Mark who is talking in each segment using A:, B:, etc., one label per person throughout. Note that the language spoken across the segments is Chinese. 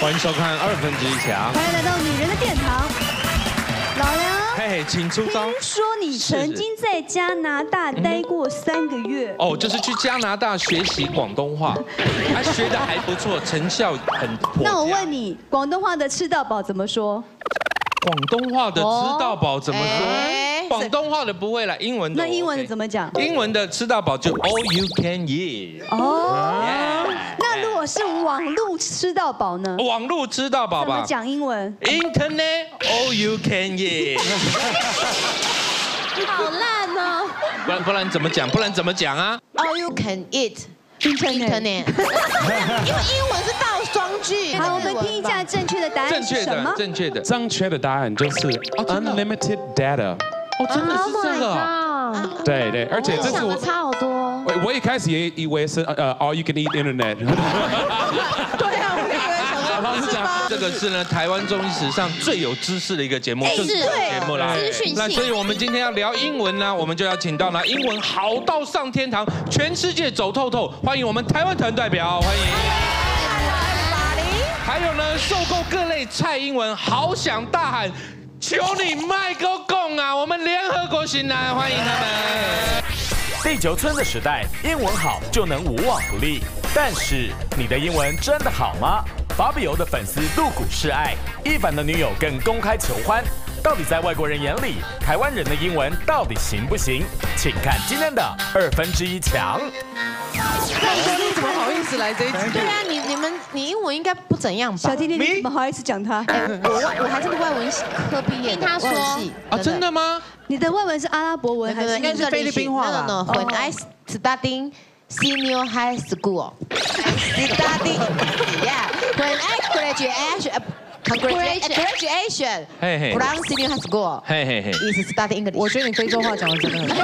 A: 欢迎收看二分之一强。
B: 欢迎来到女人的殿堂，老梁。
A: 嘿嘿，请出招
B: 听。说你曾经在加拿大待过三个月，
A: 哦，就是去加拿大学习广东话，他学的还不错，成效很颇佳。
B: 那我问你，广东话的吃到饱怎么说？
A: 广东话的吃到饱怎么
C: 哎
A: 说？广东话的不会了，英文的
B: 那英文的怎
A: 么？
B: 么讲？
A: 英文的吃到饱就 all you can eat。
B: 哦，
A: Yeah
B: 那如果是网路吃到饱呢？
A: 网络吃到饱
B: 怎么
A: 吧
B: 讲英文？
A: ？Internet all you can eat。
C: 好烂哦
A: 不然不然怎么讲？不然怎么讲啊？
C: ！All you can eat
B: Internet
C: internet，因为英文是倒装句。
B: 好，我们听一下正确的答
A: 正
B: 案是
A: 确
B: 什
A: 的
B: 么，？
A: 正确的。
D: 正确的答案就是
A: 哦真的
D: unlimited data。
A: 哦，真的是这个啊。
E: Oh god！
D: 对对，而且这是
E: 想
D: 我
E: 的差好多。
D: 我我一开始也以为是呃呃 all you can eat internet，
C: 对啊，我以为
D: 老师讲
A: 这个是呢，台湾综艺史上最有知识的一个节目，就是这个节目啦。
E: 哎资讯
A: 那所
E: 性。
A: 以我们今天要聊英文啊呢，我们就要请到呢英文好到上天堂，全世界走透透，欢迎我们台湾团代表，欢迎。还有呢，受够各类蔡英文，好想大喊，求你卖个供啊！我们联合国行男欢迎他们。
F: 地球村的时代，英文好就能无往不利。但是你的英文真的好吗？法比欧的粉丝露骨示爱，一凡的女友更公开求欢。到底在外国人眼里，台湾人的英文到底行不行？请看今天的二分之一强。
C: 你怎么好意思来这一集？对啊，你你们你英文应该不怎样吧
B: 小？甜甜，你怎么好意思讲他？
C: 哎，我我还是个外文系科毕业的，
E: 听他说
C: 外文系
A: 啊，真的吗？
B: 你的外文是阿拉伯文还
C: 对
B: 是
C: 对，？吧 No no no，When I studying senior high school, I studying yeah. When I graduation, congratulation, graduation
A: 嘿嘿
C: from senior high school
A: 嘿嘿嘿，
C: is study English。
G: 我觉得你非洲话讲的真的很对。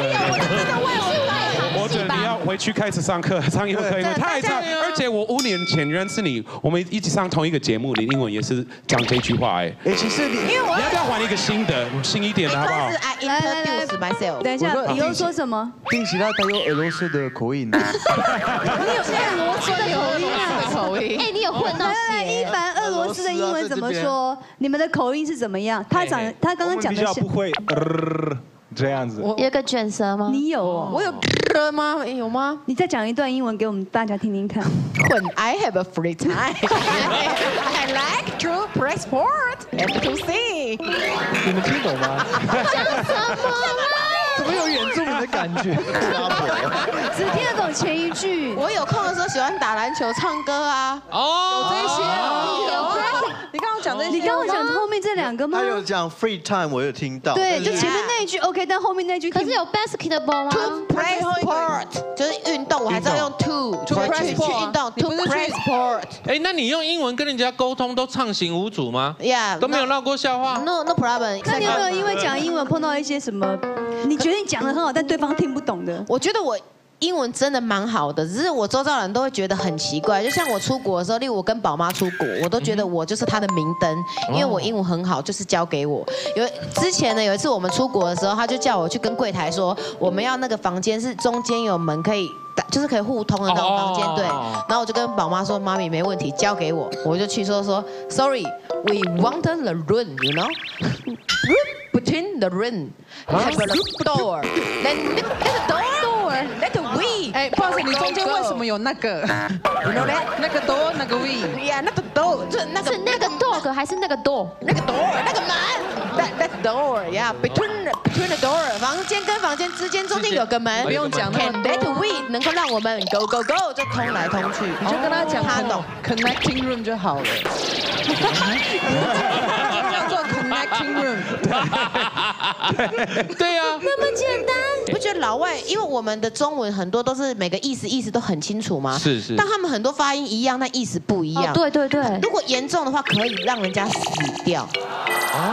D: 我觉得你要回去开始上课，上英文课，因为太差。而且我五年前认识你，我们一起上同一个节目，你英文也是讲这句话哎。
G: 哎，其实你
C: 因为我
D: 你要不要换一个新的、新一点的好不好
C: 是？I
B: 来来来
C: introduce myself。
B: 等一
G: 我
B: 下，
G: 说
B: 你又说什么？
G: 听起来带有俄罗斯的 口音啊，
B: 你有俄罗斯的口音啊！
G: 口音。
E: 哎，你有混到
B: 来来来，一
E: 血。
B: 凡，俄罗斯的英文怎么说？你们的口音是怎么样？他讲
A: 嘿嘿，
B: 他刚刚讲
G: 比
B: 的
G: 较
B: 是
G: 不，会呃这样子。
E: 有一个卷舌吗？
B: 你有哦。
C: 我有歌吗？哎有吗
B: 你再讲一段英文给我们大家听听看。
C: ？When I have a free time, I like to play sport and to sing。
G: 你们听懂 吗？怎么有原住民的感 觉？
B: 只听得懂前一句。
C: 我有空的时候喜欢打篮球、唱歌啊，
A: 哦，
C: 这些啊。你刚刚讲这
B: 你刚刚讲后面这两个吗
H: 他？有讲 free time，我有听到。
B: 对，
H: 但
B: 就是前面那一句 OK，但后面那一句
E: 可是有 basketball 吗
C: To？play sport 就是运动，我还是要用 to 去
G: To play
C: 去
G: sport
C: 去运动。
G: 你
C: To
G: 不是去
C: play sport。
A: 哎，那你用英文跟人家沟通都畅行无阻吗？
C: Yeah，
A: 都没有闹过 笑话。
C: No no problem。
B: 那你有没有因为讲英文碰到一些什么？你觉得你讲的很好，但对方听不懂的？
C: 我觉得我英文真的蛮好的，只是我周遭人都会觉得很奇怪。就像我出国的时候，例如我跟宝妈出国，我都觉得我就是她的明灯，因为我英文很好，就是交给我。有之前呢，有一次我们出国的时候，她就叫我去跟柜台说，我们要那个房间是中间有门可以打。就是可以互通的那种房间
A: 哦，
C: 对。然后我就跟宝妈说：“妈咪没问题，交给我。”我就去说说，Sorry，we want the room，you know。room between the room have a loop door then let the door door let we
G: 哎，不好意思，你中间为什么有那个
C: you know that
G: 那个 door 那个 we？
C: yeah 那个 door 就是那个
E: 是那个 dog 还是那个 door？
C: 那个 door 那个门 that that door yeah between the- between the door 房间跟房间之间中间有个门，
A: 不用讲那
C: can let we 能够让我们 go go go 就通来通去，你
G: 你就跟他讲
C: 哦他懂。
G: connecting room 就好了。叫做 connecting room。
A: 对 啊，
E: 那么简单。
C: 你不觉得老外，因为我们的中文很多都是每个意思意思都很清楚吗？
A: 是是
C: 但他们很多发音一样，但意思不一
E: 哦
C: 样。，
E: 对对对。
C: 如果严重的话，可以让人家死掉。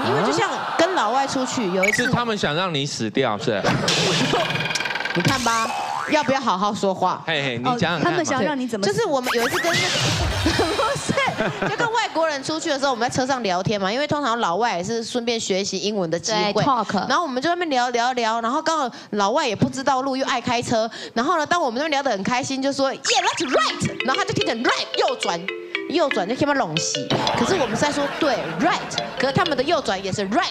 C: 因为就像跟老外出去，有一次
A: 是他们想让你死掉，是？
C: 你看吧， 要不要好好说话？
A: 嘿嘿，你讲讲看嘛。
B: 哦他们想让你怎么
C: 就？是我们有一次跟 那个不是，就跟外国人出去的时候，我们在车上聊天嘛，因为通常老外也是顺便学习英文的机会
E: 对，talk
C: 然后我们就在那边聊聊聊，然后刚好老外也不知道路，又爱开车，然后呢，当我们那边聊得很开心，就说 Yeah, that's right，然后他就听成 right 右转。右转就他妈拢西，可是我们是在说对 right，可是他们的右转也是 right。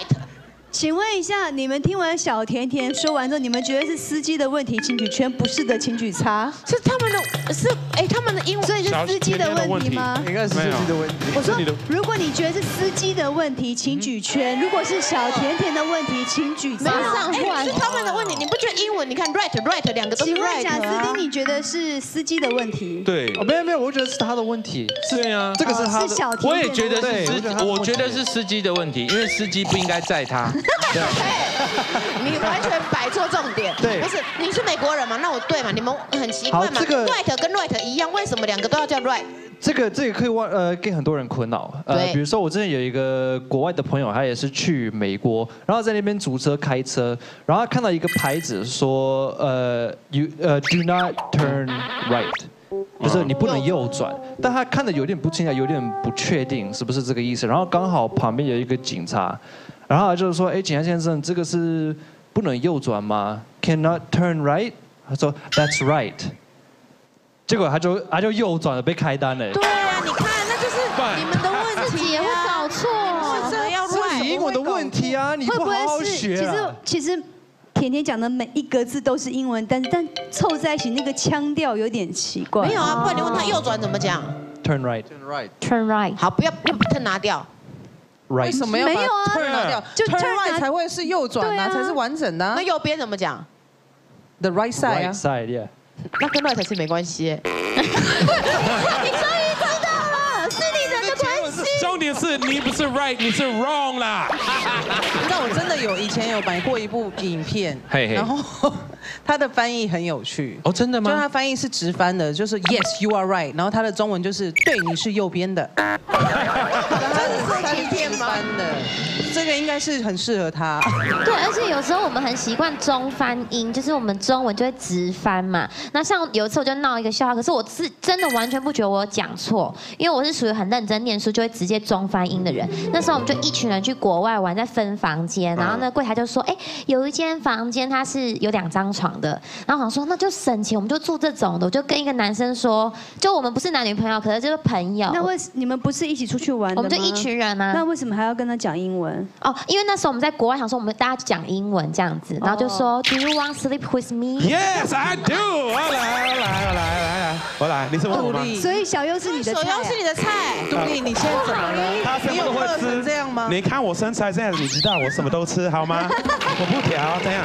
B: 请问一下，你们听完小甜甜说完之后，你们觉得是司机的问题，请举圈；不是的，请举叉。
C: 是他们的，是哎、他们的英文，所以
B: 是司机的问题吗？
H: 应该是司机的问题。
B: 我说
D: 你的，
B: 如果你觉得是司机的问题，请举圈；如果是小甜甜的问题，请举叉。
C: 没有上换、哎是他们的问题。你不觉得英文？你看 right right 两个都是
B: 哦请问
C: right
B: 贾斯
C: 啊
B: 汀，？你觉得是司机的问题？
D: 对
H: 哦，没有没有，我觉得是他的问题，
A: 对 啊，
H: 这个是他
B: 哦
H: 的。
B: 是小甜甜的
A: 我
B: 问题。
A: 也觉得是司
H: 对我觉得他的
A: 机，
H: 问题
A: 我觉得是司机的问题，因为司机不应该载 他。
C: 你完全摆错重点。
H: 对
C: 不是你是美国人嘛？那我对嘛？你们很奇怪
H: 好
C: 嘛、
H: 这个
C: r i g h t 跟 right 一样，为什么两个都要叫 right？
I: 这个这个可以忘呃给很多人困扰，呃
C: 对，
I: 比如说我之前有一个国外的朋友，他也是去美国，然后在那边租车开车，然后他看到一个牌子说呃 you 呃 do not turn right。就是你不能右转，但他看的有点不清楚，有点不确定是不是这个意思。然后刚好旁边有一个警察，然后他就是说：“哎，警察先生，这个是不能右转吗？Cannot turn right？” 他说：“That's right。”结果他就他就右转了，被开单了。
C: 对啊，你看那就是你们的问
E: 自己
C: 题、
E: 也
C: 啊。
E: 会搞错。
C: 为什么要 right？
I: 英文的问题啊，你
B: 会不
I: 好
B: 会
I: 好
B: 是？
I: 学
B: 其实
I: 啊。
B: 其实甜甜讲的每一个字都是英文，但但凑在一起那个腔调有点奇怪。哦
C: 没有啊，不然你问他右转怎么讲？
I: Turn right,
H: Right，
E: Turn right，
C: 好，不要把 t 拿掉。
G: 为
I: right。
G: 什么要把
B: 没有啊
G: turn 拿掉？
B: 就
G: 就 turn
B: turn 拿
G: right 才会是右转啊，
B: 对啊
G: 才是完整的啊
C: 那。右边怎么讲？
G: The right side
I: Right
G: 啊，
I: side, yeah.
C: 那跟 right 是没关系。
E: 你终于知道了，是你人的关系。
D: 重点是你不是 right，你是 wrong 啦。
G: 你知道我真的有以前有买过一部影片，
A: 嘿嘿
G: 然后它的翻译很有趣。
A: 哦，真的
G: 就它
A: 吗？
G: 翻译是直翻的，就是 Yes, you are right。然后它的中文就是对，你是右边的。这是影片翻的，这个应该是很适合他。
E: 对，而且有时候我们很习惯中翻音，就是我们中文就会直翻嘛。那像有一次我就闹一个笑话，可是我是真的完全不觉得我有讲错，因为我是属于很认真念书就会直接中翻音的人。那时候我们就一群人去国外玩，在分房间，然后那柜台就说，哎，有一间房间它是有两张床的，然后我想说那就省钱，我们就住这种的。我就跟一个男生说，就我们不是男女朋友，可是就是朋友，
B: 那为你们不是一起出去玩的
E: 我
B: 吗？
E: 们就一群人啊。
B: 那为什么还要跟他讲英文？
E: 哦，因为那时候我们在国外，想说我们大家讲英文这样子，
B: 哦
E: 然后就说 Do you want sleep with me？
D: Yes, I do。我来，我来，我来，来来，我来。你是问我
G: 杜
D: 吗？
G: 丽，
B: 所以小优是你的
C: 手
B: 菜啊
C: 要是你的菜。啊
G: 杜丽，你现在怎么了？
D: 他什
G: 你
D: 么
G: 有
D: 都会
G: 饿成
D: 吃，
G: 这样吗？
D: 你看我身材这样，你知道我什么都吃好吗？我不挑，这样。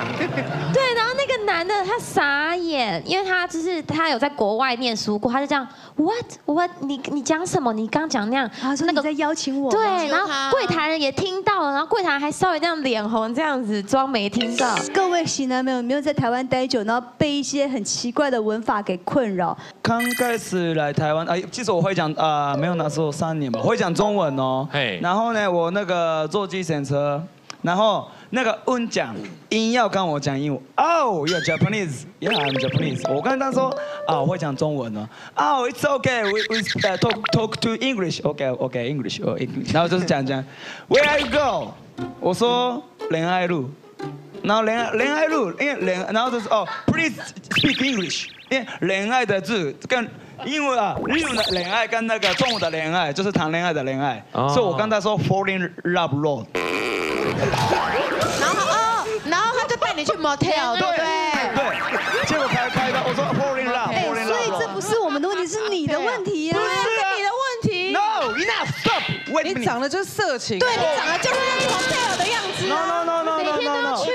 E: 对，然后那个男的他傻眼，因为他就是他有在国外念书过，他就这样 What What 你你讲什么？你刚讲那样，
B: 他啊说你在邀请我吗，
E: 对，然
C: 揪他
E: 后柜台人也听到了，然后柜台还稍微这样脸红这样子装没听到。
B: 各位型男们有没有在台湾待久，然后被一些很奇怪的文法给困扰？
I: 刚开始来台湾，哎，其实我会讲啊、没有那时候三年吧，会讲中文哦
A: 嘿。
I: 然后呢，我那个坐计程车，然后那个问讲音要跟我讲英文。Oh, you're Japanese. Yeah, I'm Japanese. 我跟他说啊，我会讲中文哦。Oh, it's okay. We we、talk uh, talk to English. Okay, okay, English. Oh, English. 然后就是讲讲，Where are you go？我说仁爱路。然后恋爱恋爱路，因为恋，然后就是哦，please speak English，因为恋爱的字跟英文啊，日文的恋爱跟那个中文的恋爱，就是谈恋爱的恋爱，
A: 哦
I: 所以我刚才说 falling love road，
C: 然后哦，然后他就带你去 motel，对不对？
I: 对，结果开开到我说 falling love，falling
B: 哎，
I: love，
B: 所以这不是我们的问题，是你的问题呀、
I: 不是啊
C: 你的问题。
I: no enough stop，wait a
G: 你
I: minute，no
G: 长得就是色情。啊
C: 对你长得就是那个 motel 的样子啊。
I: no no no
E: 每
I: no
E: 天都
I: no
E: 要
I: no，
E: 去，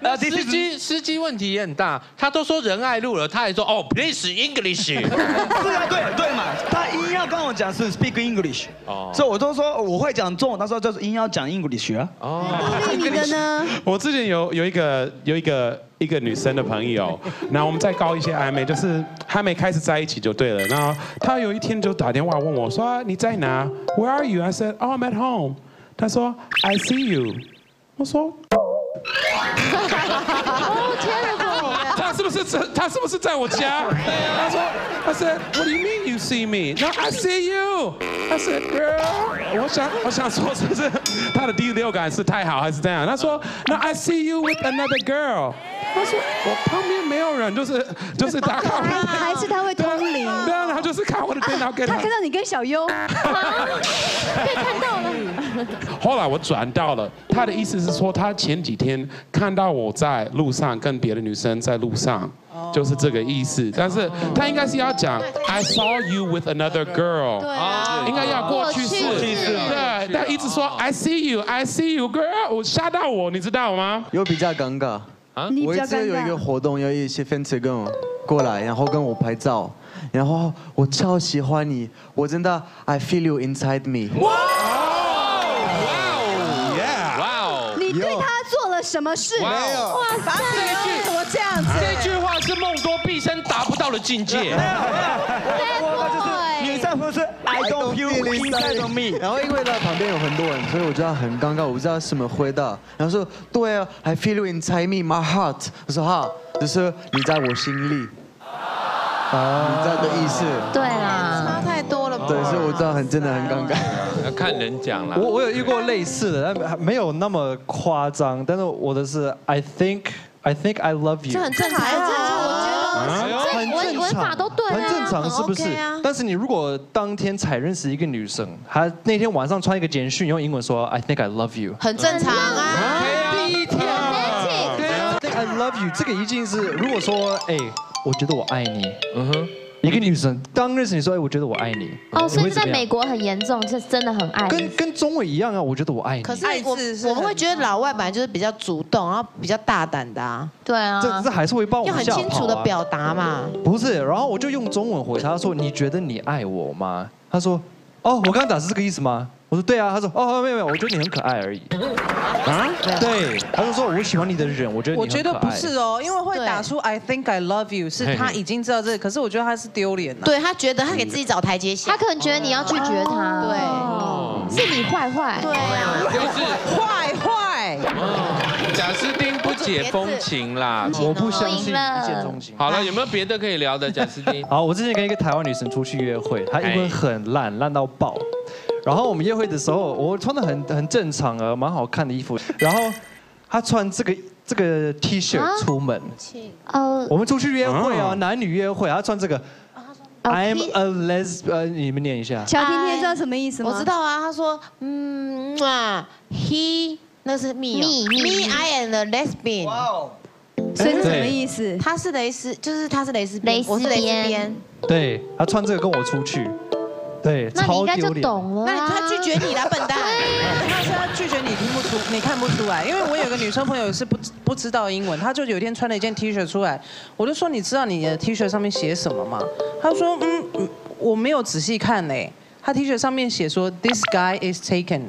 A: 那
I: 呃
A: 司机司机问题也很大，他都说仁爱路了，他还说哦，please English。
I: 是啊，对对嘛，他硬要跟我讲是 speak English，
A: 哦
I: 所以我都说我会讲中文，他说就是硬要讲 English 啊。
A: 哦，
B: 对你的呢？
D: 我之前有有一个有一个一个女生的朋友，然后我们再搞一些暧昧，就是还没开始在一起就对了。然后她有一天就打电话问我说啊：“你在哪？Where are you？” I said, "Oh, I'm at home." 她说：“I see you。”我说
E: 哦天哪！：“
D: 她是不是在？她是不是在我家？”她说：“I said, What do you mean you see me? No, I see you. I said, girl. 我想我想 说，是不是她的第六感是太好还是这样？她说：“No, I see you with another girl。” 他说我旁边没有人，就是就是打卡我的电脑，
B: 还是他会通灵？
D: 对啊，他就是看我的电脑给
B: 他啊看到你跟小优，
E: 被看到了，
D: 后来我转到了，他的意思是说，他前几天看到我在路上跟别的女生在路上，就是这个意思。但是他应该是要讲 I saw you with another girl，
C: 对啊，
D: 应该要过去式。
E: 过去式
D: 对，但一直说 I see you，I see you girl，我吓到我，你知道吗？
H: 有比较尴尬。
B: 你
H: 我
B: 比
H: 一
B: 较
H: 直
B: 尴
H: 有一个
B: 尬。
H: 活动，有一些 fans 跟我过来，然后跟我拍照，然后我超喜欢你，我真的 I feel you inside me。
B: Oh,
A: 哇哦！
B: 你对他做了什么事？
A: 哇哦
B: 哇塞，怎么这样子？
A: 这句话是梦多毕生达不到的境 界。
I: 女生不是 I don't feel inside of me。
H: 然后因为他旁边有很多人，所以我觉得很尴尬，我不知道怎么回答。然后说对啊，I feel you inside me, my heart。我说哈，就是你在我心里。哦，你知道的意思。
E: 对啦，
C: 差太多了吧？
H: 对，所以我知道很真的很尴尬。
A: 要看人讲啦。
H: 我我有遇过类似的，但没有那么夸张。但是我的是 I think I think I love you，
C: 这很
B: 啊
C: 正常，这我觉
H: 啊
C: 得。
H: 很
E: 文
H: 正
E: 文法
H: 常，
E: 都对啊
H: 很正常
C: 很
H: 是不是
C: OK 啊？
H: 但是你如果当天才认识一个女生，她那天晚上穿一个简讯用英文说 I think I love you。
C: 很正常啊，
H: 第一天
E: Magic
H: I think I love you，这个一定是如果说哎，我觉得我爱你，
A: 嗯哼，
H: 一个女生刚认识你说哎，我觉得我爱你，
E: 哦，所
H: 你
E: 以
H: 会
E: 这
H: 怎
E: 在
H: 么样
E: 美国很严重，这真的很爱你。
H: 跟跟中文一样啊，我觉得我爱你
C: 可。是
G: 爱
C: 我
G: 字是
C: 我们
G: 很
C: 会觉得老外本来就是比较主动，然后比较大胆的啊，
E: 对啊，
H: 这这还是会帮我
C: 要很
H: 吓
C: 清楚
H: 跑
C: 的
H: 啊
C: 表达嘛。
H: 不是，然后我就用中文回他，他说你觉得你爱我吗？他说哦，我刚刚打是这个意思吗？我说对啊，他说哦没有没有，我觉得你很可爱而已。
D: 啊，
H: 对，他就说我喜欢你的人，我觉得你
G: 我
H: 很可
G: 觉
H: 爱。
G: 得不是哦，因为会打出 I think I love you 是他已经知道这个，可是我觉得他是丢脸了。
C: 对他觉得他给自己找台阶下
E: 他，可能觉得你要拒绝
C: 哦
E: 他，
A: 哦
E: 对，是你坏坏，对
A: 就是
G: 坏坏，
A: 贾斯汀不解风情啦。
H: 我不相
E: 赢
H: 信
E: 了
H: 一见钟情。
A: 好了，有没有别的可以聊的？贾斯汀
J: 好，我之前跟一个台湾女生出去约会，她英文很烂，烂到爆。然后我们约会的时候，我穿的很很正常啊，蛮好看的衣服。然后她穿这个这个 T 恤
E: 啊
J: 出门，
B: 啊
E: 哦
J: 我们出去约会
D: 啊
J: 啊，男女约会，她穿这个。
E: 哦
J: I'm
E: T-
J: a lesb，呃，你们念一下。
B: 小甜甜哎知道什么意思吗？
C: 我知。道啊。他说，嗯啊，he 那是 me 哦
E: Me，me
C: me I am a lesbian，
I: 哦，
B: 所
A: 哎
B: 以是什么意思？
C: 他是蕾丝，就是他是蕾丝
E: 蕾
C: 边，
E: 丝
C: 我是蕾丝
E: 边
C: 边。
J: 对，她穿这个跟我出去，对，
E: 那你
J: 超
E: 应该
J: 丢
E: 就
J: 脸。
E: 懂了
C: 那
E: 啊。
C: 他拒绝你啦，笨蛋。
G: 他
C: 啊
G: 是他拒绝你听不出，你看不出来，因为我有个女生朋友是不不知道英文，她就有一天穿了一件 T 恤出来，我就说你知道你的 T 恤上面写什么吗？她说嗯，嗯我没有仔细看嘞。她 T 恤上面写说 This guy is taken，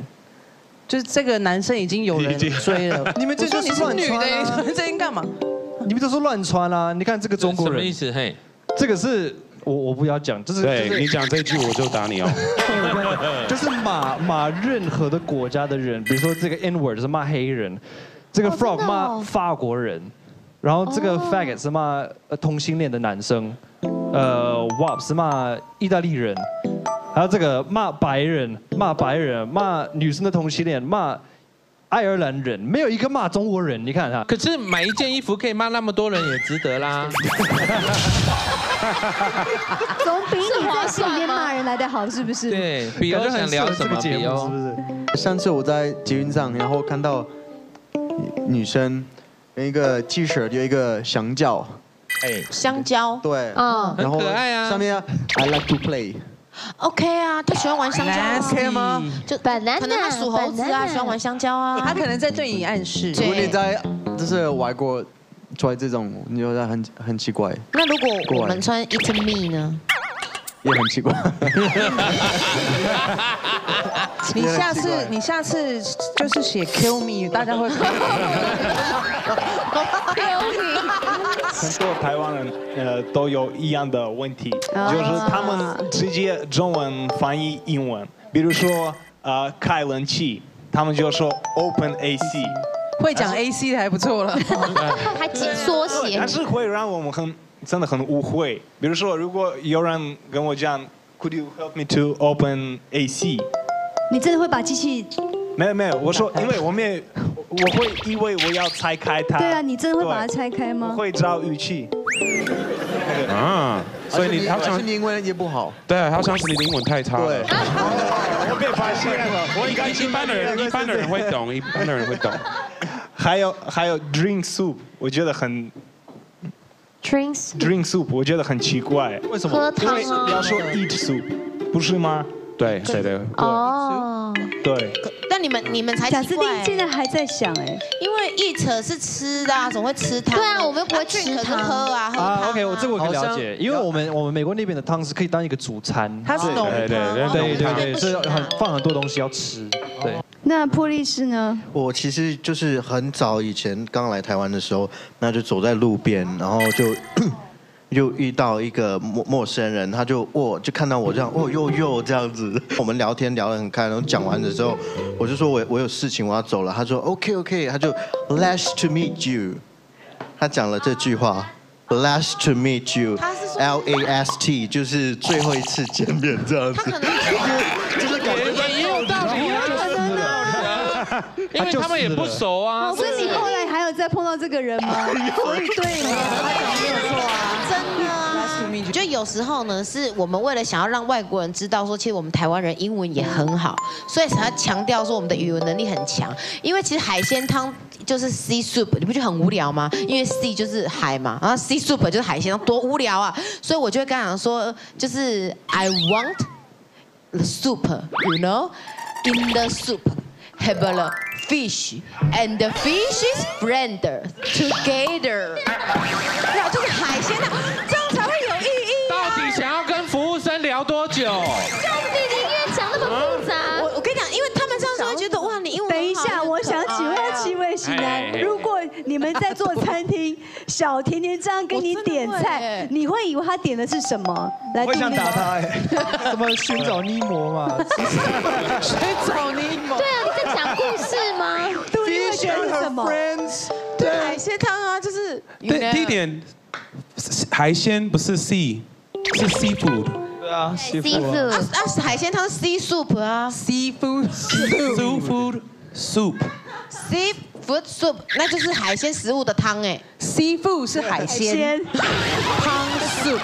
G: 就是这个男生已经有人 追了。
J: 你们这
G: 我
J: 就
G: 说
J: 是
G: 你是女的，
J: 乱穿
G: 你
J: 啊
G: 穿这件干嘛？
J: 你们都说乱穿啦、你看这个中国
A: 什么意
J: 人，
A: 思？嘿，
J: 这个是我我不要讲，这是
D: 对你讲这句我就打你哦。哦
J: 就是骂骂任何的国家的人，比如说这个 N word 是骂黑人，这个
E: 哦真哦
J: frog
E: 的哦
J: 骂法国人，然后这个 faggot 是骂呃同性恋的男生，呃 wop 是骂意大利人，还有这个骂白人、骂白人、骂女生的同性恋、骂爱尔兰人，没有一个骂中国人。你看他，啊
A: 可是买一件衣服可以骂那么多人，也值得啦。
B: 总比你在心里
E: 是划算
B: 面
E: 吗
B: 骂人来的好，是不是？
A: 对，比欧想聊什么？
J: 感觉很适合这个节
A: 比
J: 目是
A: 欧
J: 不，是？
H: 上次我在捷运上，然后看到女生有一个 T 恤，有一个香蕉，
C: 香蕉
H: 对，
E: 嗯，
H: 然后
A: 很可爱啊
H: 上面啊 I like to play，
C: ，OK 啊，他喜欢玩香蕉啊，
H: 可以吗？
C: 就
E: 本来
C: 可能他属猴子啊，喜欢玩香蕉
G: 她
C: 啊。
G: 可能在对你暗示。
H: 如
C: 对
H: 果你在就是外国穿这种，你就很很奇怪，
C: 那如果我们穿 It Me 呢？
H: 也很奇怪。
G: 你下次你下次就是写 kill me，大家会。
K: 很多台湾人呃都有一样的问题，
B: 啊
K: 就是他们直接中文翻译英文，比如说呃开冷气，他们就说 open AC，
G: 会讲 A C 的还不错了。
E: 还解缩写
K: 但，是会让我们很真的很误会。比如说，如果有人跟我讲 Could you help me to open AC？
B: 你真的会把机器
K: 没有没有，我说因为我没有我会因为我要拆开它。
B: 对啊，你真的会把它
K: 对
B: 拆开吗？
K: 会知道语气。
D: 啊，所以
H: 还是
D: 你好
H: 还
D: 像
H: 是你英文也不好，
D: 对啊，好像是你的英文太差了。
K: 我被发现了，我
D: 一般一般的人，一般的人会懂，一般的人会懂。
K: 还有还有 drink soup，我觉得很
E: drinks
K: drink soup，我觉得很奇怪。为
E: 什么喝
K: 因
E: 汤
K: 为
E: 啊
K: 你要说 eat soup，不是吗？
D: 对对对。
E: 哦，
K: 对，
C: 但你们你们才
B: 贾
C: 奇
B: 斯
C: 怪欸
B: 汀竟然还在想哎，
C: 因为一扯是吃的、啊，怎么会吃汤？
E: 对啊我们又不会
C: 啊
E: 吃
C: drink 是
E: 汤
C: 喝啊，喝汤、啊。
J: 啊，OK，我这个我可以
H: 好
J: 了
H: 像
J: 解，因为我们我们美国那边的汤是可以当一个主餐，
G: 它是浓
D: 对对
J: 对对
D: 对
J: 对，是很放很多东西要吃，对。
B: 那破例是呢？
L: 我其实就是很早以前刚来台湾的时候，那就走在路边，然后就 就遇到一个陌陌生人，他就哦就看到我这样哦哟哟这样子， 我们聊天聊得很开，然后讲完的时候，我就说我我有事情我要走了，他说 OK OK，他就 Nice to meet you，他讲了这句话。Last to meet you, L A S T，就是最后一次见面这样子， 就是感觉在
A: 也有道理啊，因为他们也不熟啊。
B: 哦所以你后来还有再碰到这个人吗？所以哦对嘛，
C: 真的啊！就有时候呢，是我们为了想要让外国人知道说，其实我们台湾人英文也很好，所以才要强调说我们的语文能力很强。因为其实海鲜汤就是 sea soup，你不觉得很无聊吗？因为 sea 就是海嘛，然后 sea soup 就是海鲜汤，多无聊啊！所以我就会跟他讲说，就是 I want the soup，you know，in the soup。Have a fish and the fish is blender together。然后就是海鲜的，这样才会有意义、
A: 到
C: 啊。
A: 底想要跟服务生聊多久？
E: 到底你越讲那么复杂，
C: 我我跟你讲，因为他们这样就会觉得哇，你英文
B: 等一
C: 很好
B: 下，我想请问七。位型
A: 哎哎
B: 男，
A: 哎
B: 如果你们在做餐厅，小甜甜这样跟你
C: 我真的
B: 点
C: 会
B: 菜
C: 哎，
B: 你会以为他点的是什么？来
I: 我也
B: 定
I: 想
B: 义
I: 打
B: 吗
I: 他哎，什么寻找尼摩嘛，
E: 对啊，你在讲故事吗？
B: 对，你会觉得是什么？
C: 海鲜汤啊，就是
D: 对，第一点，海鲜不是 sea，是 seafood。
I: 对啊，媳
E: 第一
I: 妇啊
C: 啊啊，海鲜汤是 sea soup 啊
D: seafood soup。
C: ，seafood soup，那就是海鲜食物的汤哎。
G: seafood 是海鲜，
B: 先
G: 汤 soup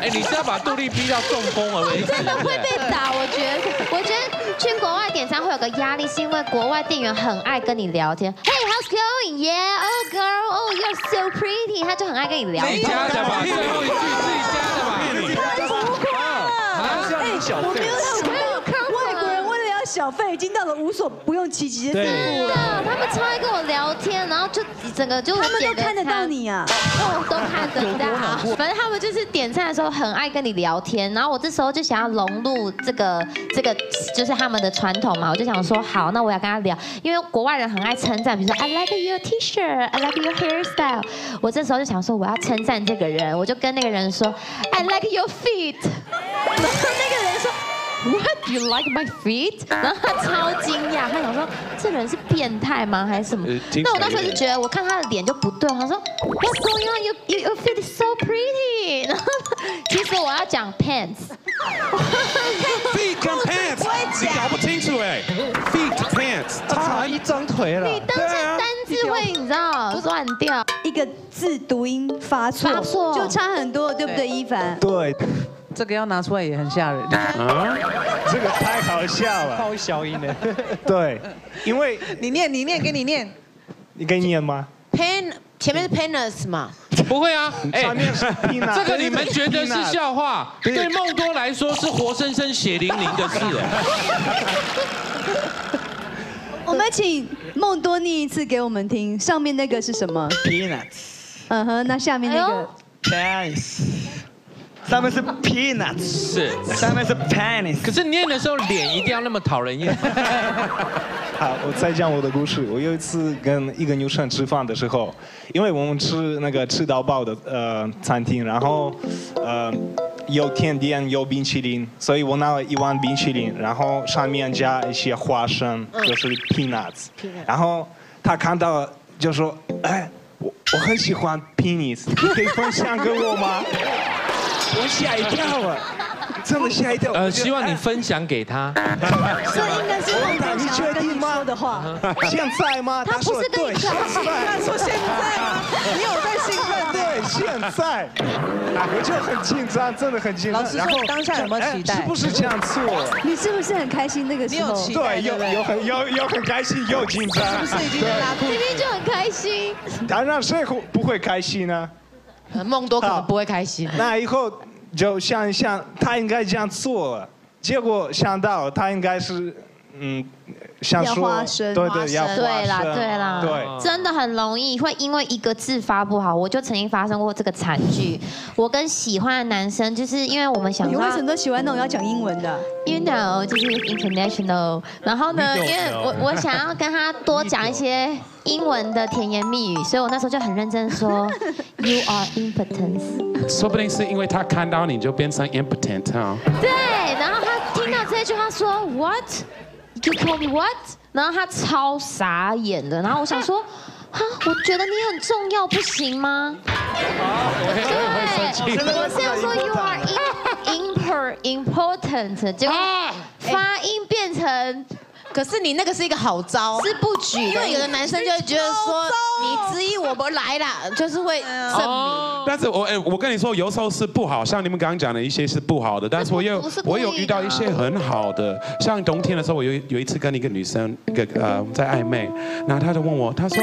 A: 哎，你是要把杜丽逼到中风而为止，
E: 真的 会被打，我觉得，我觉得去国外点餐会有个压力，是因为国外店员很爱跟你聊天。Hey, how's going? Yeah, oh girl, oh you're so pretty，他就很爱跟你聊。
A: 你加的吧，最后一句自己加的吧。啊
B: 啊哎我没有想到，外国人为了要小费，已经到了无所不用其极的地步。
E: 真的，啊他们超爱跟我聊天，然后就整个就
B: 他们都
E: 点个
B: 看得到
E: 餐
B: 你啊！
E: 哦，都看得到。反正他们就是点菜的时候很爱跟你聊天，然后我这时候就想要融入这个这个就是他们的传统嘛，我就想说好，那我要跟他聊，因为国外人很爱称赞，比如说 I like your T-shirt，I like your hairstyle。我这时候就想说我要称赞这个人，我就跟那个人说 I like your feet，然后那个人说。What you like my feet？然后他超惊讶，他想说这人是变态吗还是什么
D: 呃听起来？
E: 那我当时
D: 有
E: 就
D: 点
E: 觉得我看他的脸就不对，我想说 What's going on? You you you feel so pretty。然后 其实我要讲 pants，
D: feet 跟 pants，你 搞不清楚哎，feet pants，
I: 差一张腿了
E: 你。当
D: 对
E: 时
D: 啊
E: 单字会你知道乱掉。
B: 一个字读音发错，
E: 发错
B: 就差很多，对不对，一凡？
K: 对，
G: 这个要拿出来也很吓人。
D: 啊，
K: 这个太好笑了。
I: 高消音的，
K: 对，因为
G: 你念，你念，给你念。
K: 你可以念吗？
C: pen 前面是 penis 嘛，
A: 不会啊，哎
K: 上。面是 peanut，
A: 这个你们觉得是笑话，对梦多来说是活生生血淋淋的事。
B: 我们请梦多念一次给我们听，上面那个是什么？
I: peanuts
B: 嗯哼，那下面那
E: 哎
B: 个
E: 呦
I: penis，上面是 peanuts，
A: 是，
I: 上面是 penis。
A: 可是念的时候脸一定要那么讨人厌。
K: 好，我再讲我的故事。我有一次跟一个女生吃饭的时候，因为我们吃那个吃到爆的呃餐厅，然后呃有甜点有冰淇淋，所以我拿了一碗冰淇淋，然后上面加一些花生，
B: 嗯
K: 就是 peanuts。然后她看到了就说：“哎，我我很
B: 啊
K: 喜欢 penis，你可以分享给我吗？”我吓一跳了，
I: 真的吓一跳。
A: 呃，希望你分享给他。
B: 这应该是梦想想要跟你说的话。
K: 现在吗？
B: 他不是跟你
K: 现在，
B: 他说现在吗？
K: 你有在兴奋？对，现在，哎我就很紧张，真的很紧张。
B: 老师
K: 然后
B: 说你当下有没有
K: 哎
B: 期待
K: 是不是这样做？
B: 你是不是很开心那个时候？
K: 对，有有很有有很开心，又紧张。对
E: 明明就很开心。
K: 当然是会不会开心呢、
C: 梦多可能不会开心。
K: 那以后就想一想，他应该这样做了，结果想到他应该是嗯，想
E: 要
K: 说
E: 花生
K: 对对要花生，
E: 对啦，对啦，
K: 对，
E: 真的很容易会因为一个字发不好，我就曾经发生过这个惨剧。我跟喜欢的男生，就是因为我们想
B: 你
E: 说
B: 为什么都喜欢那种要讲英文的？
E: You know，就是 international。然后呢，
B: We
E: 因
B: don't
E: 为
B: know
E: 我我想要跟他多讲一些英文的甜言蜜语，所以我那时候就很认真地 说 You are impotence。
D: 说不定是因为他看到你就变成 impotent 啊。
E: 对，然后他听到这句话说 What？You call me what？然后他超傻眼的，然后我想说。啊，我觉得你很重要，不行吗？
M: 对
E: 我是要说 you are imper important，结果发音变成。
C: 可是你那个是一个好招，啊
E: 是不举的
C: 因为有的男生就会觉得说你质疑我们来啦，就是会证明。
D: 但是我哎、我跟你说，有时候是不好，像你们刚刚讲的一些是不好的，但是我有
C: 不是故
D: 我
C: 意的啊
D: 有遇到一些很好的，像冬天的时候，我有有一次跟一个女生一个呃我们在暧昧，然后她就问我，她说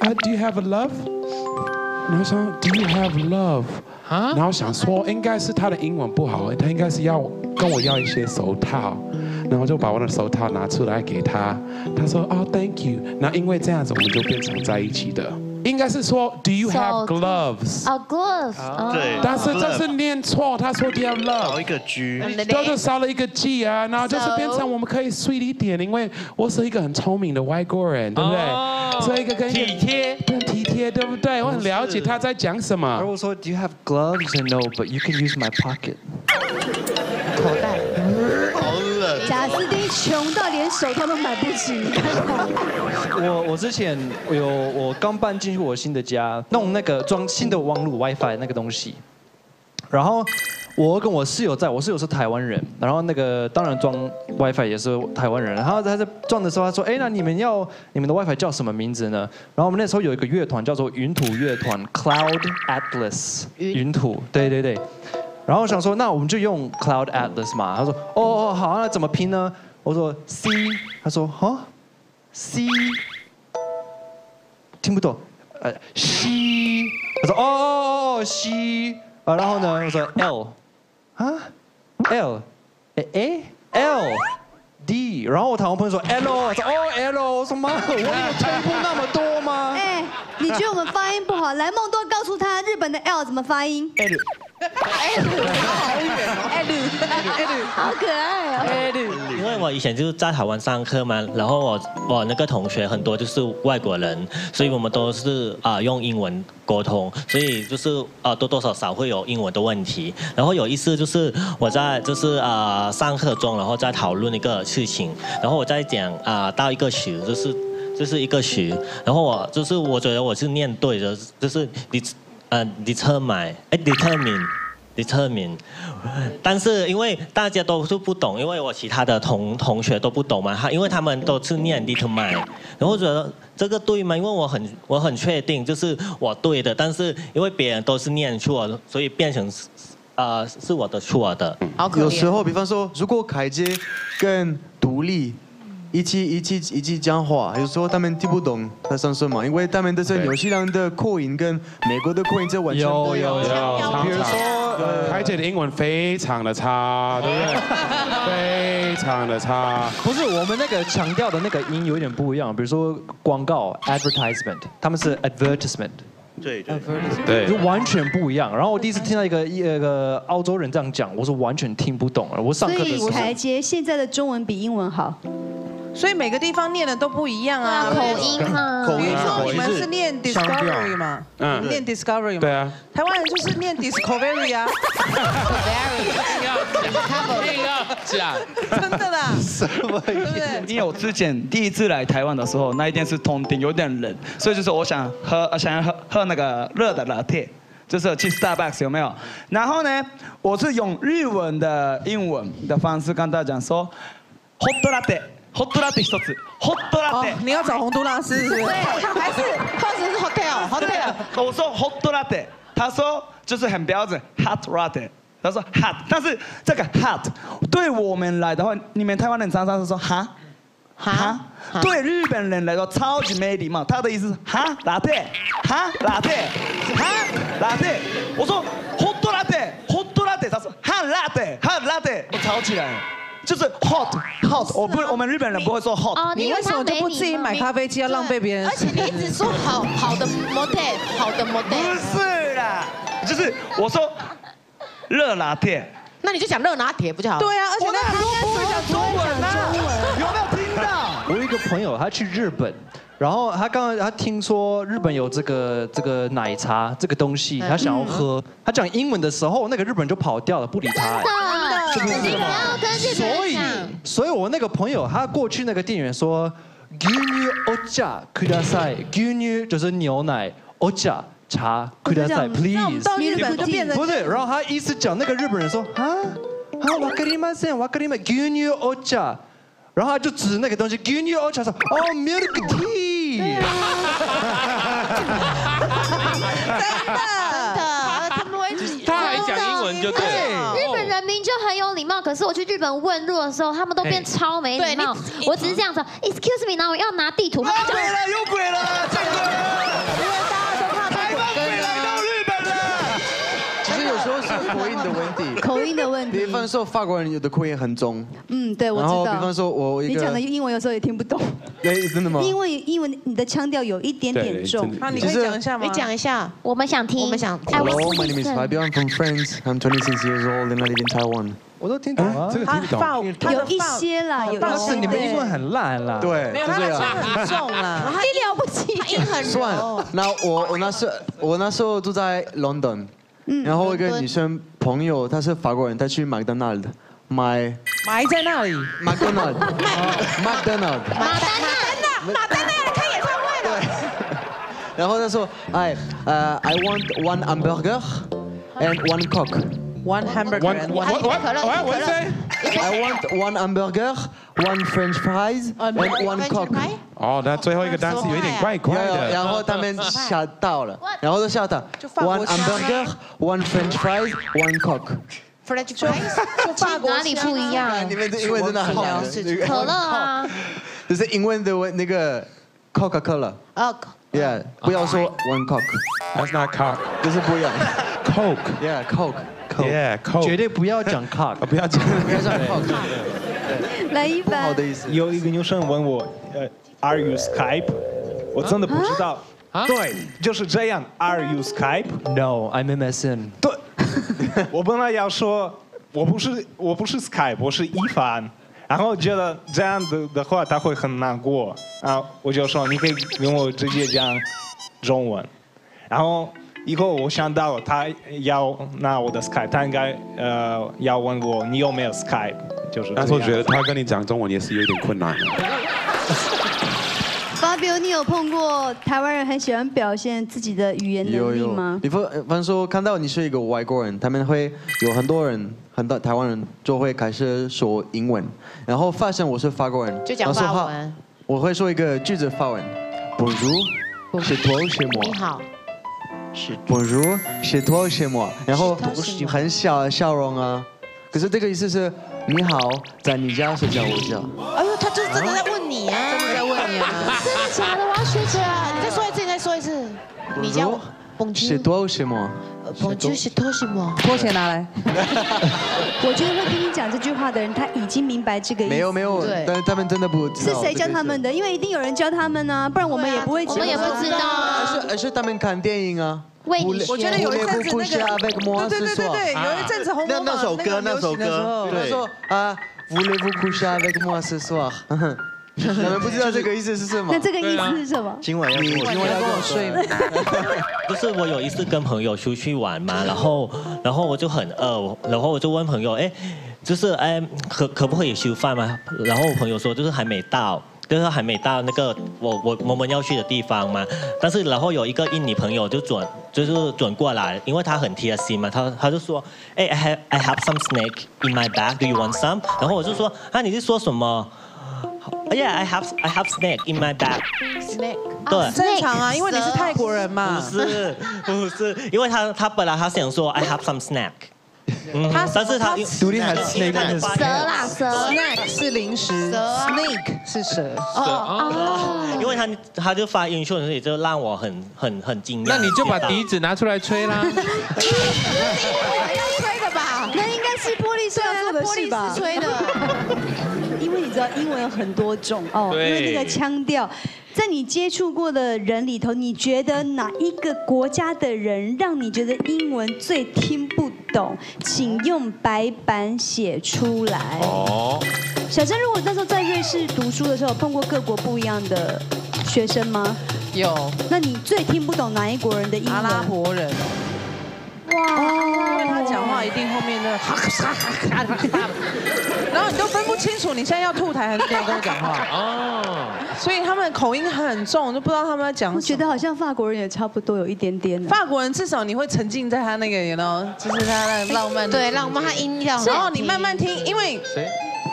D: 啊、d o you have a love？然后说 Do you have love？啊，然后想说应该是她的英文不好，她应该是要跟我要一些手套。然后就把我的手套拿出来给她，她说哦、t h a n k you。那因为这样子，我们就变成在一起的。应该是说 Do you
E: 手套
D: have gloves？
E: 哦，glove，哦
J: Ah.
D: 对但是这是念错，他说 Do you have love？少
L: 一个 G，
G: 嗯
D: 就就少了一个 G ah. 啊，然后就是变成我们可以 sweet 一点，因为我是一个很聪明的外国人，对不对？所以一个跟哦体
A: 贴，
D: 很体贴，对不对？我很了解他在讲什么。
J: 而我说 Do you have gloves? And no, but you can use my pocket.
C: 口袋。
L: 好冷
B: 贾斯汀穷到连手套都买不起。
J: 我我之前有我刚搬进去我新的家，呃弄那个装新的网络 WiFi 那个东西，然后我跟我室友在，我室友是台湾人，然后那个当然装 WiFi 也是台湾人，然后他在装的时候他说，哎，那你们要你们的 WiFi 叫什么名字呢？然后我们那时候有一个乐团叫做云土乐团 Cloud Atlas，云土，对对对。然后我想说，那我们就用 Cloud Atlas 嘛。他说，哦哦好啊，那怎么拼呢？我说 C，他说哈 C，听不懂，呃西，他说哦哦哦哦西，啊然后呢我说 L，啊 L，哎哎 L。D，然后我台湾朋友说 L，我说哦 L，我说妈，我有退步那么多吗？
B: 哎，你觉得我们发音不好？来，梦多告诉他日本的 L 怎么发音。
J: L，
B: 好可爱哦。
N: 因为我以前就是在台湾上课嘛，然后我我那个同学很多就是外国人，所以我们都是啊、用英文沟通，所以就是啊、多多少少会有英文的问题。然后有一次就是我在就是啊、上课中，然后在讨论一个事情，然后我在讲啊、到一个时就是就是一个时，然后我就是我觉得我是念对的，就是你呃 determine 哎 determine determine。但是因为大家都是不懂，因为我其他的同同学都不懂嘛，他因为他们都是念 determine，然后我觉得这个对吗？因为我很我很确定就是我对的，但是因为别人都是念错，所以变成是呃是我的错的。
H: 有时候，比方说，如果凯杰跟独立一起一起一起讲话，有时候他们听不懂他说什么，因为他们都是纽西兰的口音跟美国的口音这完全不一样。
D: 常
H: 比如
D: 常
H: 说，
D: 呃凯姐的英文非常的差，对不对？非常的差。
J: 不是我们那个强调的那个音有一点不一样，比如说广告 advertisement，他们是 advertisement，
L: 对对
D: 对
J: 就完全不一样。然后我第一次听到一个一呃个澳洲人这样讲，我是完全听不懂了。我上
B: 所
J: 课的时
B: 以
J: 候，
B: 台阶现在的中文比英文好。
G: 所以每个地方念的都不一样啊，
B: 对啊口音啊
G: 比如说我们是念
B: 口音是相调
G: discovery 嘛，
B: 嗯
G: 念 discovery 嘛，
B: 对啊
G: 台湾人就是念 discovery 啊，
A: 假，
G: 真的啦，
I: 什么因为我之前第一次来台湾的时候，那一天是冬天，有点冷，所以就是我想喝，呃想要喝喝那个热的拿铁，就是有去 Starbucks 有没有？然后呢，我是用日文的英文的方式跟大家讲说，hot latte，hot latte 一つ，hot latte。
G: 你要找洪都拉斯是不是？
I: 对还
C: 是或者是 hotel hotel。
I: 我说 hot latte，他说就是很标准 hot latte。他说 hot，但是这个 hot 对我们来的话，你们台湾人常常是说哈。哈，对日本人来说超级没礼貌。他的意思是哈拉铁，哈拉铁，哈拉铁。我说 hot latte，hot latte，他说哈拉铁，哈拉铁，我吵起来了。就是 hot hot，我不，我们日本人不会说 hot。
G: 啊哦
C: 哦
G: 你为什么就不自己买咖啡机，要浪费别人？
C: 而且你一直说好好的 model，好的 model。
I: 不是啦，就是我说热拿铁，
C: 那你就讲热拿铁不就好？
I: 对啊而且
C: 我
I: 那很多不会讲中文啊有没有听到？
J: 我有一个朋友，他去日本，然后他刚刚他听说日本有这个这个奶茶这个东西，
E: 嗯
J: 他想要喝。他讲英文的时候，那个日本人就跑掉了，不理他。哎
E: 的，自己不要跟日本
J: 所
E: 人
J: 以
E: 讲。，
J: 所以我那个朋友他过去那个店员说，牛乳お茶ください，牛乳就是牛奶，お茶茶ください
G: 那我们
J: ，please。
G: 到日本就变成
J: 不是，然后他一直讲那个日本人说啊啊，わかりません，わかりません，牛乳お茶，然后他就指那个东西，牛乳お茶说哦，milk tea。
C: 真的，他们会
G: 哎
A: 他还讲英文就对了。
E: 日本人民就很有礼貌，可是我去日本问路的时候，他们都变超没礼貌。我只是这样子，Excuse me，然后我要拿地图，他们
I: 就有鬼啊了，见鬼了！
H: 其实有时候是口音的问题，
B: 口音的问题。
H: 比方说法国人有的口音很重，
B: 嗯，对，我
H: 然后
B: 知道。
H: 比方说我一个
B: 你讲的英文有时候也听不懂，
H: 对，真的吗？
B: 因为英文你的腔调有一点点重
H: 对真的。那你可以讲一
C: 下吗你讲一下，
E: 我们想听，
C: 我们想听。
H: Hello, my name is Fabio. I'm from France. I'm 26 years old and I live in Taiwan. 嗯
J: 我都听懂了，
H: 啊这个听不懂他
B: 法有一些啦，有
J: 但
B: 一
J: 是
B: 些。
J: 你们英文很烂啦。
H: 对，就这样。啊
C: 了，他
B: 了不起，他
C: 音 很
H: 算
C: 柔。，
H: 那我我那时候我那时候住在 London，然
B: 嗯
H: 后一个女生朋友她是法国人，她去麦当劳买
G: 埋在那里。
H: 麦当劳，麦当劳，
C: 马丹娜来看演唱会了。
H: 然后她说，哎，呃，I want one hamburger and one coke。
G: One hamburger.
H: One-
G: and
H: one- one-
G: one- one-
H: one-
G: one-
H: one- I want one hamburger, one French fries
G: Oh,
H: and one coke。
D: 哦，那最后一个单词有一点怪怪的。
H: 然后他们吓到了，然后都吓到，one hamburger, one French fries, one coke。
C: French fries，
E: 哪里不一样？
H: 你们的英文真的好难
E: 可乐啊，
H: 就是英文的那个 Coca Cola。
C: 哦
H: Yeah，不要说
G: Oh
H: one coke。
D: That's not cock。
H: 就是不一样。
D: Coke。
H: Yeah, Coke。
D: Yeah, Coke。绝
J: 对不要讲 cock，
D: 不要讲，
H: 不要讲 cock。
B: 来一般。
K: 有一个女生问我，呃，Are you Skype？我真的不知道。对，就是这样。Are you Skype？
J: No，I'm MSN。
K: 对， 我本来要说，我不是我不是 Skype，我是一凡。然后觉得这样的的话，他会很难过啊。我就说，你可以跟我直接讲中文。然后以后我想到他要拿我的 Skype，他应该呃要问我你有没有 Skype，就是这样。
D: 那时候觉得他跟你讲中文也是有点困难。
B: 发表，你有碰过台湾人很喜欢表现自己的语言能
H: 有
B: 力
H: 有
B: 吗，？
H: 你不，反正说看到你是一个外国人，他们会有很多人，很多台湾人就会开始说英文，然后发现我是法国人，
C: 就讲
H: 然后说
C: 法
H: 好
C: 文，
H: 我会说一个句子法文，Bonjour，c'est toi ou c'est
C: 你
H: moi？
C: 好，
H: Bonjour，写托写我，然后很小的笑容啊。可是这个意思是你好，在你家是在我家。
C: 哎呦，他就是真的在问你啊，真的在问你啊， 真的假的？我要学起来。你再说一次，你再说一次。你家
H: Bonjour，写托写我。
B: 呃
C: Bonjour，写拖鞋吗？
G: 拖鞋拿来。
B: 我觉得会跟你讲这句话的人，他已经明白这个意思。
H: 没有没有，但他们真的不知
B: 是
H: 道。
B: 谁教他？们的？因为一定有人教他们啊呢、不然我们也不会。
E: 我们也不知道
H: 而
E: 啊
H: 是呃而是他们看电影啊。
E: 为你学
H: 我觉得有一阵子那个，对对对对，有一阵子红
L: 那那首歌，那首歌，
H: 他说啊，Voulez-vous coucher avec moi ce soir？你们不知道这个意思是什么？
B: 那这个意思是什么？
H: 今晚要你今晚要跟我睡吗？
N: 就是我有一次跟朋友出去玩嘛，然后然后我就很饿，我然后我就问朋友，哎，就是哎可可不可以吃饭嘛？然后我朋友说就是还没到。就是还没到那个我我我们要去的地方嘛。但是然后有一个印尼朋友就转就是转过来，因为他很贴心嘛，他他就说，哎、i have I have some snake in my bag，do you want some？然后我就说，啊，你是说什么？Yeah，I have I have snake in my bag。
C: Snake，
N: 对
G: 正常啊，因为你是泰国人嘛。
B: 啊
N: 不是不是，因为他他本来他想说 I have some snack，嗯，但是他独立还是
G: 蛇啦蛇，snack 是零食，snake 是蛇。
A: 哦
N: 哦，因为他他就发音秀，所以就让我很很很惊讶。
A: 那你就把笛子拿出来吹啦。
C: 吹的吧？啊
B: 那应该是玻璃吹做的是吧？
C: 玻璃是吹
B: 的， 因为你知道英文有很多种哦，因
M: 对
B: 为那个腔调，在你接触过的人里头，你觉得哪一个国家的人让你觉得英文最听不懂？请用白板写出来。
A: 哦，
B: 小珍，如果那时候在瑞士读书的时候，有碰过各国不一样的学生吗？
G: 有。
B: 那你最听不懂哪一国人的英文？阿拉
G: 伯人。
B: 哇，
G: 因为他讲话一定后面那个哈哈哈哈哈，然后你都分不清楚你现在要吐痰还是你要跟我讲话。
A: 哦，
G: 所以他们口音很重，我就不知道他们在讲。
B: 我觉得好像法国人也差不多有一点点。啊
G: 法国人至少你会沉浸在他那个，you know，就是他那个浪漫的。
C: 对浪漫他音调很
G: 然后
C: 好
G: 你
C: 听
G: 慢慢听，因为
A: 谁？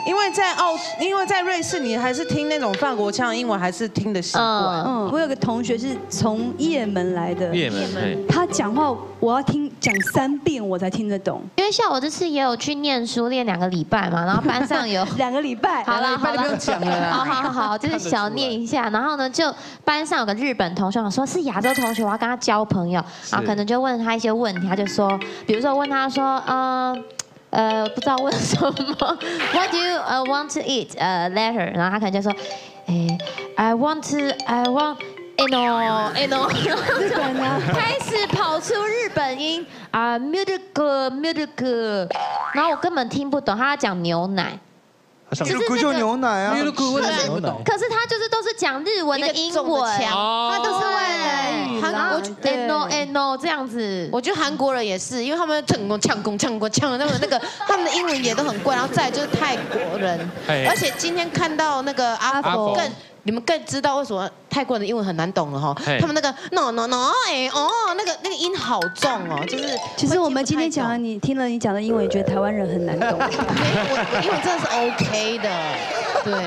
G: 因为在澳，因为在瑞士，你还是听那种法国腔，英文还是听得习
D: 啊
G: 惯。
B: 嗯，我有个同学是从也门来的，
A: 也门也门嘿
B: 他讲话我要听讲三遍我才听得懂。
E: 因为像我这次也有去念书，练两个礼拜嘛，然后班上有
B: 两个礼拜，
E: 好
G: 两个
E: 了好
G: 礼拜就
E: 了，
G: 不用讲了啦
E: 好好 好，就是小念一下，然后呢，就班上有个日本同学，我说是亚洲同学，我要跟他交朋友，
O: 是
E: 然后可能就问他一些问题，他就说，呃比如说问他说，呃。呃，不知道问什么，What do you 呃 want to eat？呃、later，然后他可能就说，哎，I want to，I want，哎 no，哎 no，
B: 日本呢
E: 开始跑出日本音啊，milk milk，然后我根本听不懂他在讲牛奶，
I: 米露谷就牛奶啊，
G: 米露谷为什么
I: 牛奶？
E: 可是他就是都是讲日文的英
C: 一个
E: 文
C: 中的，腔他哦都是外来语
E: 哦韩
C: 啦
E: 国
C: 对
E: no and no 这样子。
C: 我觉得韩国人也是，因为他们唱过唱过唱过唱，他们那个 他们的英文也都很怪，然后再来就是泰国人哎，而且今天看到那个阿阿福福更。你们更知道为什么泰国人的英文很难懂了哈
B: 哎，
C: 他们那个 no no no 哎哦，那个那个音好重哦，就是
B: 其实我们今天讲了你听了你讲的英文，也觉得台湾人很难懂。
C: 我英文真的是 OK 的，对，